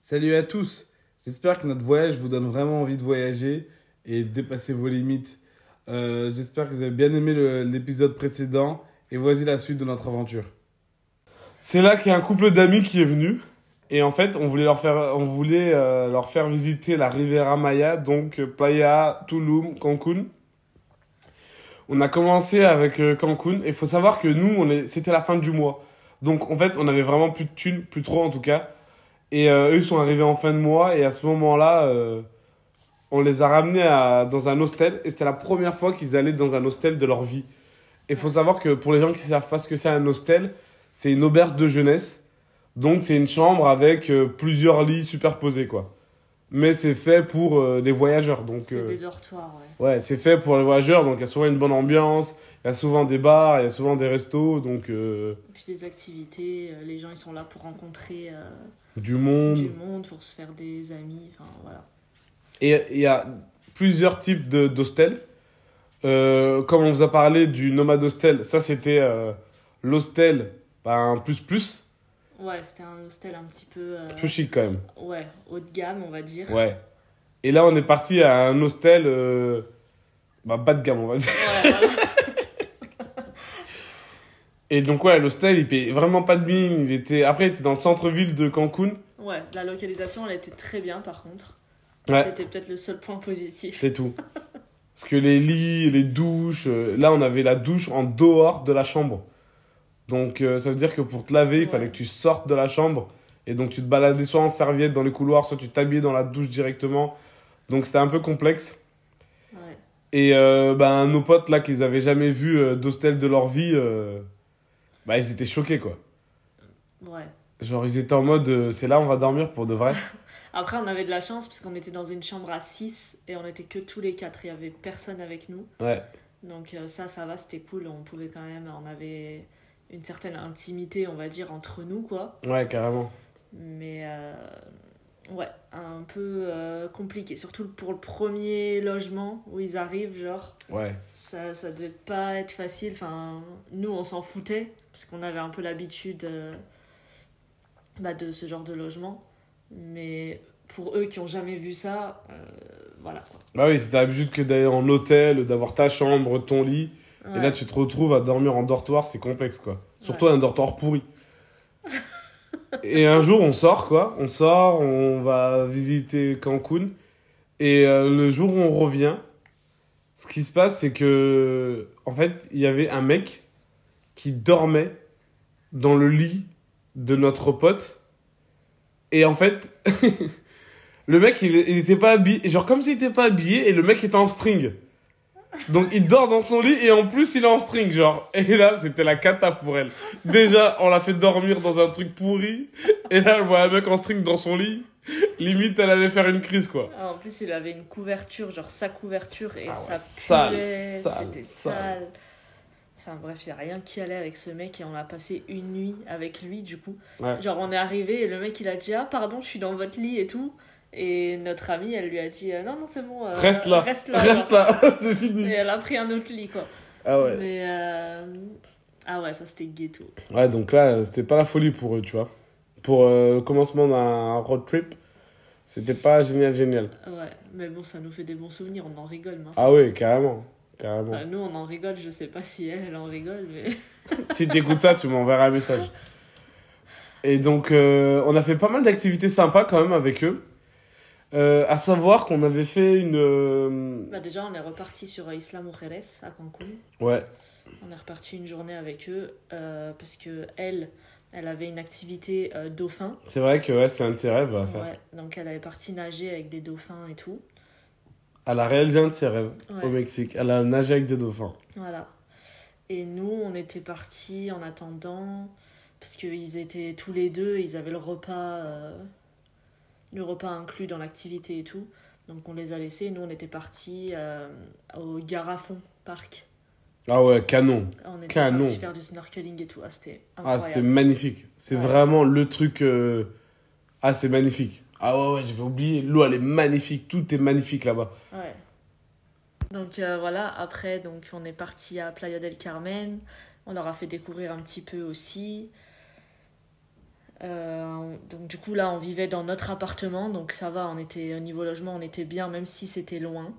Salut à tous. J'espère que notre voyage vous donne vraiment envie de voyager et de dépasser vos limites. Euh, J'espère que vous avez bien aimé le- l'épisode précédent et voici la suite de notre aventure. C'est là qu'il y a un couple d'amis qui est venu et en fait on voulait leur faire, on voulait, euh, leur faire visiter la Riviera Maya, donc euh, Playa, Tulum, Cancun. On a commencé avec euh, Cancun et il faut savoir que nous, on est- c'était la fin du mois. Donc en fait on avait vraiment plus de thunes, plus trop en tout cas. Et euh, eux ils sont arrivés en fin de mois et à ce moment-là... euh, on les a ramenés à- dans un hostel et c'était la première fois qu'ils allaient dans un hostel de leur vie. Et faut savoir que pour les gens qui ne savent pas ce que c'est un hostel, c'est une auberge de jeunesse. Donc c'est une chambre avec euh, plusieurs lits superposés quoi. Mais c'est fait pour euh, des voyageurs donc C'est euh, des dortoirs, ouais. ouais, c'est fait pour les voyageurs donc il y a souvent une bonne ambiance, il y a souvent des bars, il y a souvent des restos donc euh, Et puis des activités, euh, les gens ils sont là pour rencontrer euh, du monde. du monde, pour se faire des amis, enfin voilà. Et il y a plusieurs types de- d'hostels. Euh, comme on vous a parlé du nomade hostel, ça c'était euh, l'hostel ben, plus plus, Ouais, c'était un hostel un petit peu, euh, plus chic quand même. ouais, haut de gamme, on va dire. Ouais. Et là on est parti à un hostel euh, ben, bas de gamme on va dire. Ouais, voilà. Et donc ouais, l'hostel il payait vraiment pas de mine. Il était... Après il était dans le centre-ville de Cancun. Ouais, la localisation elle était très bien par contre. Ouais, C'était peut-être le seul point positif. c'est tout. Parce que les lits, les douches, euh, là on avait la douche en dehors de la chambre. Donc euh, ça veut dire que pour te laver, il Ouais. fallait que tu sortes de la chambre. Et donc tu te baladais soit en serviette dans les couloirs, soit tu t'habillais dans la douche directement. Donc c'était un peu complexe. Ouais. Et euh, ben, nos potes là qu'ils avaient jamais vu euh, d'hostel de leur vie, euh, bah, ils étaient choqués quoi. ouais. Genre ils étaient en mode euh, c'est là on va dormir pour de vrai. Après, on avait de la chance parce qu'on était dans une chambre à 6 et on était que tous les quatre. Il y avait personne avec nous. Ouais. Donc euh, ça, ça va, c'était cool. On pouvait quand même, on avait une certaine intimité, on va dire, entre nous, quoi. Ouais, carrément. Mais euh, ouais, un peu euh, compliqué. Surtout pour le premier logement où ils arrivent, genre, Ouais. ça, ça devait pas être facile. Enfin, nous, on s'en foutait, parce qu'on avait un peu l'habitude euh, bah, de ce genre de logement. Mais pour eux qui ont jamais vu ça, euh, voilà quoi. Bah oui, c'était habitude que d'aller en hôtel, d'avoir ta chambre, ton lit. Et Ouais. là, tu te retrouves à dormir en dortoir, c'est complexe, quoi. Surtout un dortoir pourri. et un jour, on sort, quoi. On sort, on va visiter Cancun. Et euh, le jour où on revient, ce qui se passe, c'est que, en fait, il y avait un mec qui dormait dans le lit de notre pote. Et en fait, le mec, il il était pas habillé. Genre, comme s'il était pas habillé, et le mec était en string. Donc il dort dans son lit et en plus il est en string genre. Et là c'était la cata pour elle. Déjà on l'a fait dormir dans un truc pourri et là elle voit un mec en string dans son lit. Limite elle allait faire une crise quoi. Ah, en plus, il avait une couverture, genre sa couverture, et Ah ouais, ça sale, puait, sale, c'était sale. sale. Enfin bref, il a rien qui allait avec ce mec, et on a passé une nuit avec lui, du coup. Ouais. Genre, on est arrivé, et le mec, il a dit « Ah, pardon, je suis dans votre lit, et tout. » Et notre amie, elle lui a dit euh, Non, non, c'est bon. euh, Reste là. Reste là. Reste genre. là, c'est Et fini. elle a pris un autre lit, quoi. Ah ouais. Mais... euh, Ah ouais, ça, c'était ghetto. Ouais donc là euh, c'était pas la folie pour eux tu vois. Pour euh, le commencement d'un road trip c'était pas génial génial. Ouais, mais bon, ça nous fait des bons souvenirs, on en rigole, maintenant. Ah ouais carrément. Carrément. Euh, nous, on en rigole, je sais pas si elle, elle en rigole, mais... Si t'écoutes ça, tu m'enverras un message. Et donc, euh, on a fait pas mal d'activités sympas quand même avec eux. Euh, à savoir qu'on avait fait une. euh, Bah déjà, on est reparti sur euh, Isla Mujeres à Cancun. Ouais, On est reparti une journée avec eux euh, parce que elle, elle avait une activité euh, dauphin. c'est vrai que ouais, c'était un de ses rêves à faire. Ouais, donc elle avait parti nager avec des dauphins et tout. Elle a réalisé un de ses rêves au Ouais, Mexique. Elle a nagé avec des dauphins. voilà. Et nous, on était partis en attendant parce qu'ils étaient tous les deux, ils avaient le repas, euh, le repas inclus dans l'activité et tout. Donc on les a laissés. Nous, on était partis euh, au Garafon Park. Ah ouais, canon. On était Canon. partis faire du snorkeling et tout. Ah, c'était Ah, incroyable. c'est magnifique. C'est Ouais. vraiment le truc. euh, Ah, c'est magnifique. Ah ouais, ouais, j'avais oublié. L'eau, elle est magnifique. Tout est magnifique là-bas. Ouais. Donc euh, voilà, après donc on est parti à Playa del Carmen. On leur a fait découvrir un petit peu aussi. Euh, donc du coup là on vivait dans notre appartement donc ça va on était au niveau logement on était bien même si c'était loin.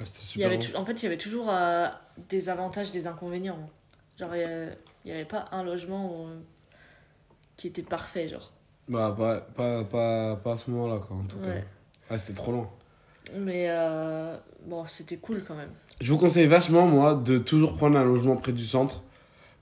Ah, c'était Il y avait super. tou- en fait il y avait toujours euh, des avantages des inconvénients. Genre euh, il n'y avait pas un logement euh, qui était parfait genre. Bah, pas, pas, pas, pas à ce moment-là, quoi, en tout Ouais. cas. Ah, c'était trop loin. Mais euh, bon c'était cool quand même. Je vous conseille vachement, moi, de toujours prendre un logement près du centre.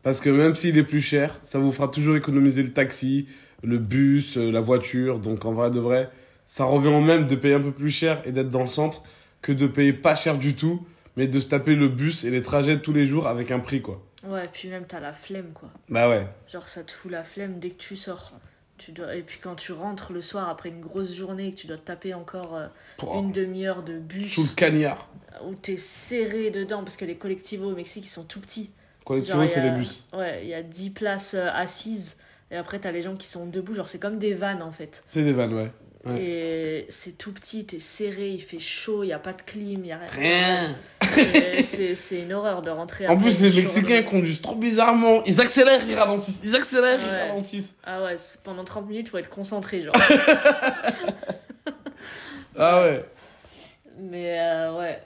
Parce que même s'il est plus cher, ça vous fera toujours économiser le taxi, le bus, euh, la voiture. Donc en vrai de vrai, ça revient au même de payer un peu plus cher et d'être dans le centre que de payer pas cher du tout, mais de se taper le bus et les trajets tous les jours avec un prix, quoi. Ouais puis même t'as la flemme quoi. Bah ouais. Genre ça te fout la flemme dès que tu sors. Tu dois... Et puis quand tu rentres le soir après une grosse journée et que tu dois te taper encore euh, Pouah. une demi-heure de bus Sous le cagnard. où t'es serré dedans parce que les collectivos au Mexique ils sont tout petits. Quoi, les Genre, petits, c'est il y les a- bus. Ouais, il y a 10 places euh, assises et après t'as les gens qui sont debout, genre c'est comme des vannes en fait. C'est des vannes, ouais. Ouais. Et c'est tout petit, t'es serré, il fait chaud, il y a pas de clim, il y a Rien. C'est- C'est c'est une horreur de rentrer. En après plus, une les journée. Mexicains conduisent trop bizarrement. Ils accélèrent, ils ralentissent. Ils accélèrent, Ouais. ils ralentissent. Ah ouais, c'est- pendant 30 minutes, faut être concentré, genre. Ah ouais. Mais euh, ouais.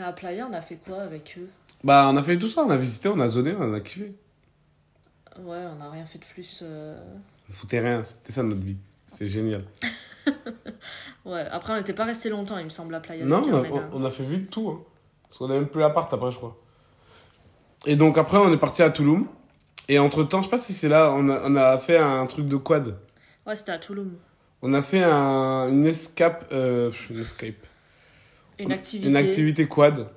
À Playa, on a fait quoi avec eux Bah, on a fait tout ça, on a visité, on a zoné, on a kiffé. Ouais, on n'a rien fait de plus. euh. Vous foutez rien, c'était ça notre vie. C'était génial. Ouais, après, on n'était pas resté longtemps, il me semble, à Playa. non, euh, del on a, Carmen, hein. on a fait vite tout. hein. Parce qu'on a même plus l'appart après, je crois. Et donc après, on est parti à Tulum. Et entre temps, je sais pas si c'est là, on a, on a fait un truc de quad. Ouais, c'était à Tulum. On a fait un, une escape. euh, pff, une escape. Une activité. Une activité quad.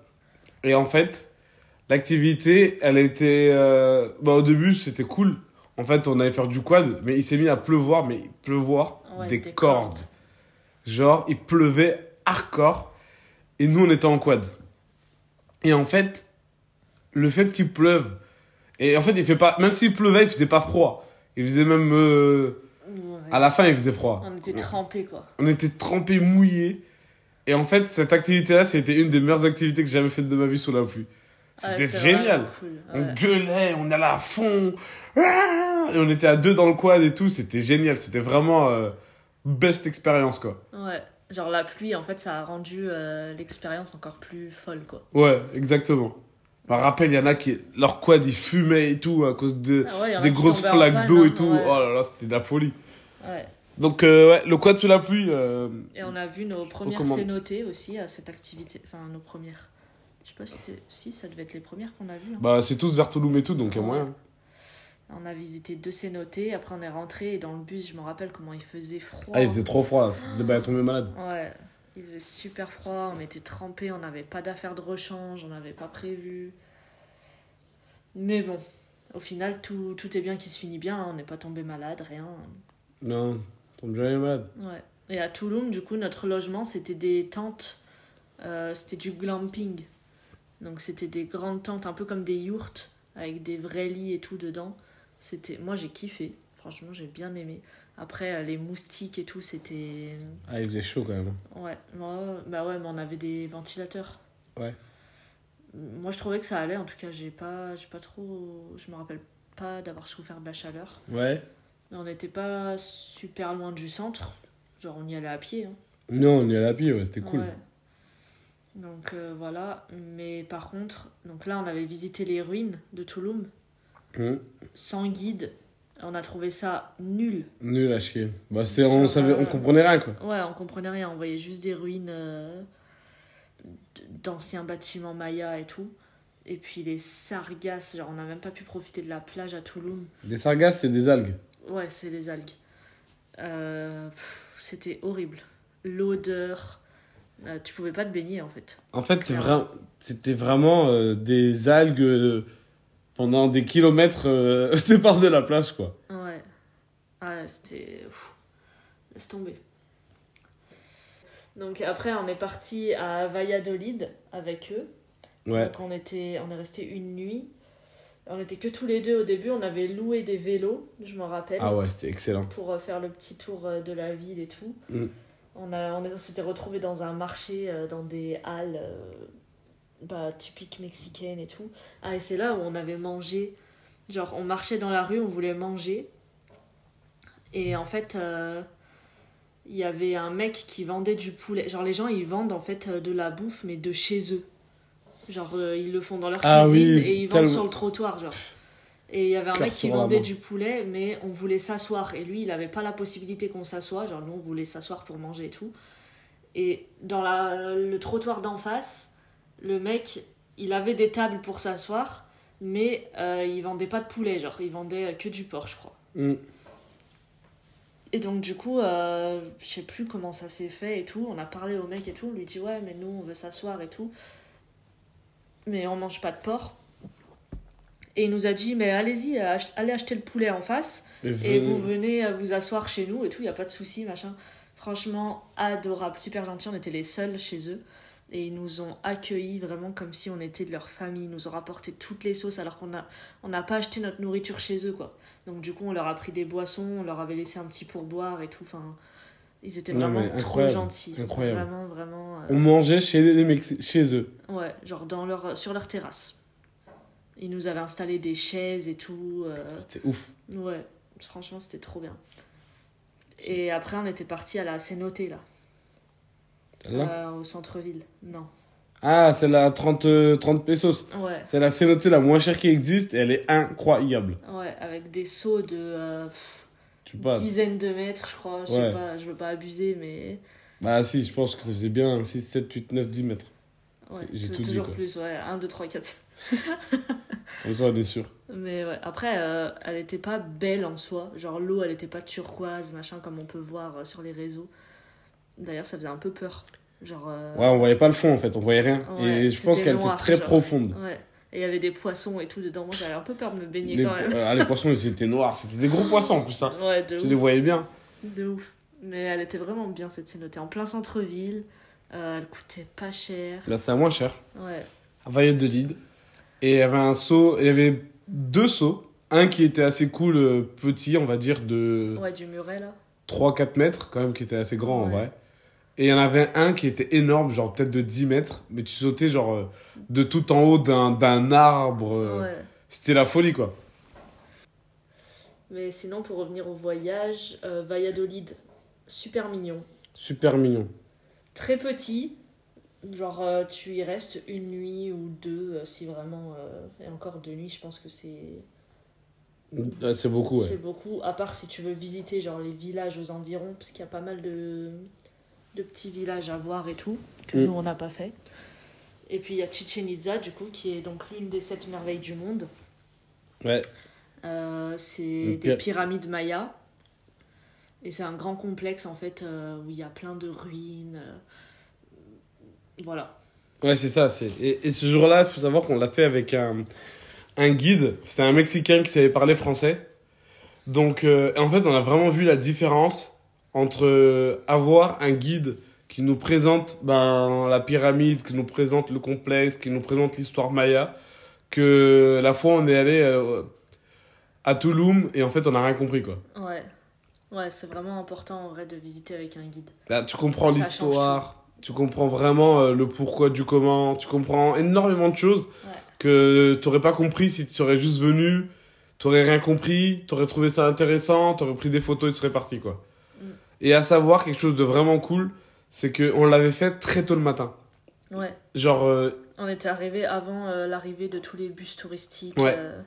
Et en fait, l'activité, elle était. euh, bah, au début, c'était cool. En fait, on allait faire du quad, mais il s'est mis à pleuvoir, mais pleuvoir Ouais, des, des cordes. cordes. Genre, il pleuvait hardcore, et nous, on était en quad. Et en fait, le fait qu'il pleuve, et en fait, il fait pas. Même s'il pleuvait, il faisait pas froid. Il faisait même. euh, Ouais. à la fin, il faisait froid. On était trempés, quoi. On était trempés, mouillés. Et en fait, cette activité-là, c'était une des meilleures activités que j'ai jamais faites de ma vie sous la pluie. Ouais, C'était génial. vraiment cool, On ouais. gueulait, on allait à fond. Ah Et on était à deux dans le quad et tout. C'était génial. C'était vraiment euh, best expérience, quoi. Ouais. Genre, la pluie, en fait, ça a rendu euh, l'expérience encore plus folle, quoi. Ouais, exactement. Je me rappelle, il y en a qui, leur quad, ils fumaient et tout à cause de, Ah ouais, y en a des qui grosses tombaient en flaques panne, d'eau hein, et tout. ouais. Oh là là, c'était de la folie. Ouais. Donc, euh, ouais, le quad sous la pluie, euh, Et on a vu nos premières recommande. cénotées aussi à cette activité. Enfin, nos premières. Je sais pas si c'était- si ça devait être les premières qu'on a vues. hein. bah, c'est tous vers Touloum et tout, donc il y a moyen. On a visité deux cénotés, après on est rentré et dans le bus, je me rappelle comment il faisait froid. Ah, il faisait trop froid. C'était bah, tombé malade. Ouais, il faisait super froid, on était trempés, on n'avait pas d'affaires de rechange, on n'avait pas prévu. Mais bon, au final, tout, tout est bien qui se finit bien, hein, on n'est pas tombé malade, rien. Non, tombé jamais malade. Ouais. Et à Tulum, du coup, notre logement, c'était des tentes, euh, c'était du glamping. Donc c'était des grandes tentes, un peu comme des yourtes, avec des vrais lits et tout dedans. C'était, moi j'ai kiffé, franchement j'ai bien aimé. Après euh, les moustiques et tout, c'était, Ah, il faisait chaud quand même. ouais, moi, bah ouais, mais on avait des ventilateurs. Ouais. Moi je trouvais que ça allait, en tout cas j'ai pas, j'ai pas trop, je me rappelle pas d'avoir souffert de la chaleur. Ouais. Mais on n'était pas super loin du centre, genre on y allait à pied. hein. Non, on est à la pied, ouais, c'était cool. Ouais. Donc euh, voilà, mais par contre, donc là on avait visité les ruines de Tulum Hum, sans guide. On a trouvé ça nul. Nul à chier. Bah, c'était, on, savait, on comprenait rien, quoi. Ouais, on comprenait rien, on voyait juste des ruines euh, d- d'anciens bâtiments mayas et tout. Et puis les sargasses, genre on n'a même pas pu profiter de la plage à Tulum. Des sargasses, c'est des algues. Ouais, c'est des algues. Euh, pff, C'était horrible. L'odeur. Euh, tu pouvais pas te baigner en fait. En fait, c'est Clairement. vra- c'était vraiment euh, des algues euh, pendant des kilomètres euh, au départ de la plage, quoi. Ouais. Ah, c'était. pfff. Laisse tomber. Donc après, on est parti à Valladolid avec eux. Ouais. Donc on, était, on est resté une nuit. On était que tous les deux au début. On avait loué des vélos, je m'en rappelle, Ah ouais, c'était excellent. pour euh, faire le petit tour euh, de la ville et tout. Mm. On, a, on, est- on s'était retrouvés dans un marché, euh, dans des halles euh, bah, typiques mexicaines et tout. Ah, et c'est là où on avait mangé. Genre, on marchait dans la rue, on voulait manger. Et en fait, euh, il y avait un mec qui vendait du poulet. Genre, les gens, ils vendent en fait euh, de la bouffe, mais de chez eux. Genre, euh, ils le font dans leur Ah cuisine oui, et ils vendent tellement- sur le trottoir, genre. Et il y avait un mec Carte qui sur la vendait main. du poulet, mais on voulait s'asseoir. Et lui, il n'avait pas la possibilité qu'on s'assoie. Genre, nous, on voulait s'asseoir pour manger et tout. Et dans la- le trottoir d'en face, le mec, il avait des tables pour s'asseoir, mais euh, il vendait pas de poulet. Genre, il vendait que du porc, je crois. Mm. Et donc, du coup, euh, je sais plus comment ça s'est fait et tout. On a parlé au mec et tout. On lui dit, ouais, mais nous, on veut s'asseoir et tout. Mais on mange pas de porc. Et il nous a dit, mais allez-y, euh, ach- allez acheter le poulet en face. Et vous venez euh, vous asseoir chez nous et tout. Il n'y a pas de souci, machin. Franchement, adorable, super gentil. On était les seuls chez eux. Et ils nous ont accueillis vraiment comme si on était de leur famille. Ils nous ont rapporté toutes les sauces alors qu'on a on n'a pas acheté notre nourriture chez eux, quoi. Donc du coup, on leur a pris des boissons, on leur avait laissé un petit pourboire et tout. Enfin, ils étaient Non, vraiment mais trop incroyable, gentils. incroyable. Vraiment, vraiment. On euh, mangeait chez les Mexi- chez eux. Ouais, genre dans leur, sur leur terrasse. Ils nous avaient installé des chaises et tout. euh, C'était ouf. ouais, franchement, c'était trop bien. Et après, on était parti à la cénoté, là, Celle-là euh, au centre-ville. Non. Ah, c'est la 30, euh, 30 pesos. Ouais, C'est la cénotée la moins chère qui existe et elle est incroyable. ouais, avec des seaux de euh, pff, Tu parles. dizaines de mètres, je crois. Je Ouais. sais pas, je veux pas abuser, mais. Bah si, je pense que ça faisait bien 6, 7, 8, 9, 10 mètres. Ouais, J'ai tou- tout dit, toujours quoi. plus, ouais, 1, 2, 3, 4. Comme ça, on est sûr. Mais ouais, après, euh, elle était pas belle en soi. Genre, l'eau, elle était pas turquoise, machin, comme on peut voir euh, sur les réseaux. D'ailleurs, ça faisait un peu peur. Genre. euh, Ouais, on voyait pas le fond en fait, on voyait rien. Ouais, et je pense c'était qu'elle était noir, très genre. profonde. ouais. Et il y avait des poissons et tout dedans. Moi, j'avais un peu peur de me baigner Les, quand même. euh, ah, les poissons, ils étaient noirs. C'était des gros poissons en plus, hein. Ouais, de Tu les ouf, voyais bien. de ouf. Mais elle était vraiment bien, cette cénoté. En plein centre-ville. euh, elle coûtait pas cher. Là, c'est la moins chère. Ouais. à Vaillette de Lille. Et il y avait un seau, il y avait deux seaux. Un qui était assez cool, euh, petit, on va dire, de Ouais, du muret, là. 3-4 mètres, quand même, qui était assez grand en Ouais. vrai. Et il y en avait un qui était énorme, genre peut-être de 10 mètres, mais tu sautais genre euh, de tout en haut d'un d'un arbre. euh, Ouais. C'était la folie, quoi. Mais sinon, pour revenir au voyage, euh, Valladolid, super mignon. Super mignon. très petit. Genre, euh, tu y restes une nuit ou deux, euh, si vraiment. euh, et encore deux nuits, je pense que c'est Ouais, C'est beaucoup, ouais. c'est beaucoup. À part si tu veux visiter genre les villages aux environs, parce qu'il y a pas mal de, de petits villages à voir et tout, que Mm. nous on n'a pas fait. Et puis il y a Chichen Itza, du coup, qui est donc l'une des sept merveilles du monde. Ouais. Euh, c'est Une des pyra- pyramides mayas. Et c'est un grand complexe, en fait, euh, où il y a plein de ruines. euh, Voilà. Ouais, c'est ça. c'est- Et, et ce jour-là, il faut savoir qu'on l'a fait avec un, un guide. C'était un Mexicain qui savait parler français. Donc, euh, en fait, on a vraiment vu la différence entre euh, avoir un guide qui nous présente ben, la pyramide, qui nous présente le complexe, qui nous présente l'histoire maya, que la fois on est allé euh, à Tulum et en fait, on n'a rien compris, quoi. Ouais. Ouais, c'est vraiment important en vrai de visiter avec un guide. Là, tu comprends Ça change l'histoire, tu comprends vraiment euh, le pourquoi du comment, tu comprends énormément de choses Ouais. que t'aurais pas compris si tu serais juste venu, t'aurais rien compris, t'aurais trouvé ça intéressant, t'aurais pris des photos et tu serais parti quoi. Mm. Et à savoir quelque chose de vraiment cool, c'est que on l'avait fait très tôt le matin. Ouais. Genre euh, On était arrivé avant euh, l'arrivée de tous les bus touristiques. Ouais. euh,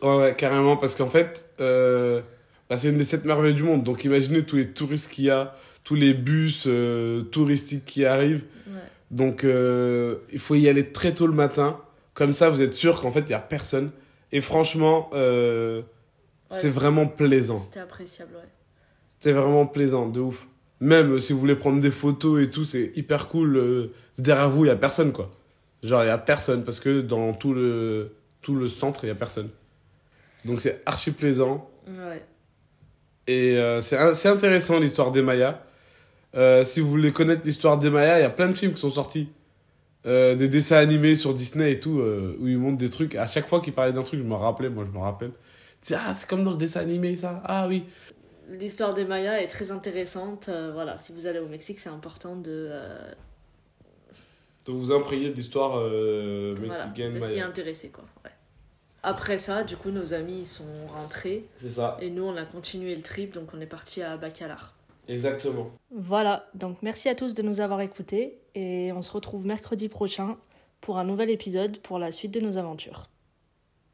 Ouais, ouais, carrément, parce qu'en fait, euh, bah, c'est une des sept merveilles du monde. Donc imaginez tous les touristes qu'il y a, tous les bus euh, touristiques qui arrivent. Ouais. Donc euh, il faut y aller très tôt le matin. Comme ça, vous êtes sûr qu'en fait, il n'y a personne. Et franchement, euh, c'est c'était- vraiment plaisant. C'était appréciable, ouais. C'était vraiment plaisant, de ouf. Même euh, si vous voulez prendre des photos et tout, c'est hyper cool. euh, derrière vous, il n'y a personne, quoi. Genre, il n'y a personne, parce que dans tout le, tout le centre, il n'y a personne. Donc, c'est archi plaisant. Ouais. Et euh, c'est un- c'est intéressant, l'histoire des Mayas. Euh, si vous voulez connaître l'histoire des Mayas, il y a plein de films qui sont sortis. Euh, des dessins animés sur Disney et tout, euh, où ils montrent des trucs. À chaque fois qu'ils parlaient d'un truc, je me rappelais, moi, je me rappelle. Tiens, ah, c'est comme dans le dessin animé, ça. Ah oui. L'histoire des Mayas est très intéressante. euh, voilà, si vous allez au Mexique, c'est important de, euh, De vous imprégner de l'histoire euh, voilà, mexicaine, de s'y maya. intéresser, quoi. Ouais. Après ça, du coup, nos amis ils sont rentrés C'est ça, et nous on a continué le trip donc on est parti à Bacalar. exactement. Voilà, donc merci à tous de nous avoir écoutés et on se retrouve mercredi prochain pour un nouvel épisode pour la suite de nos aventures.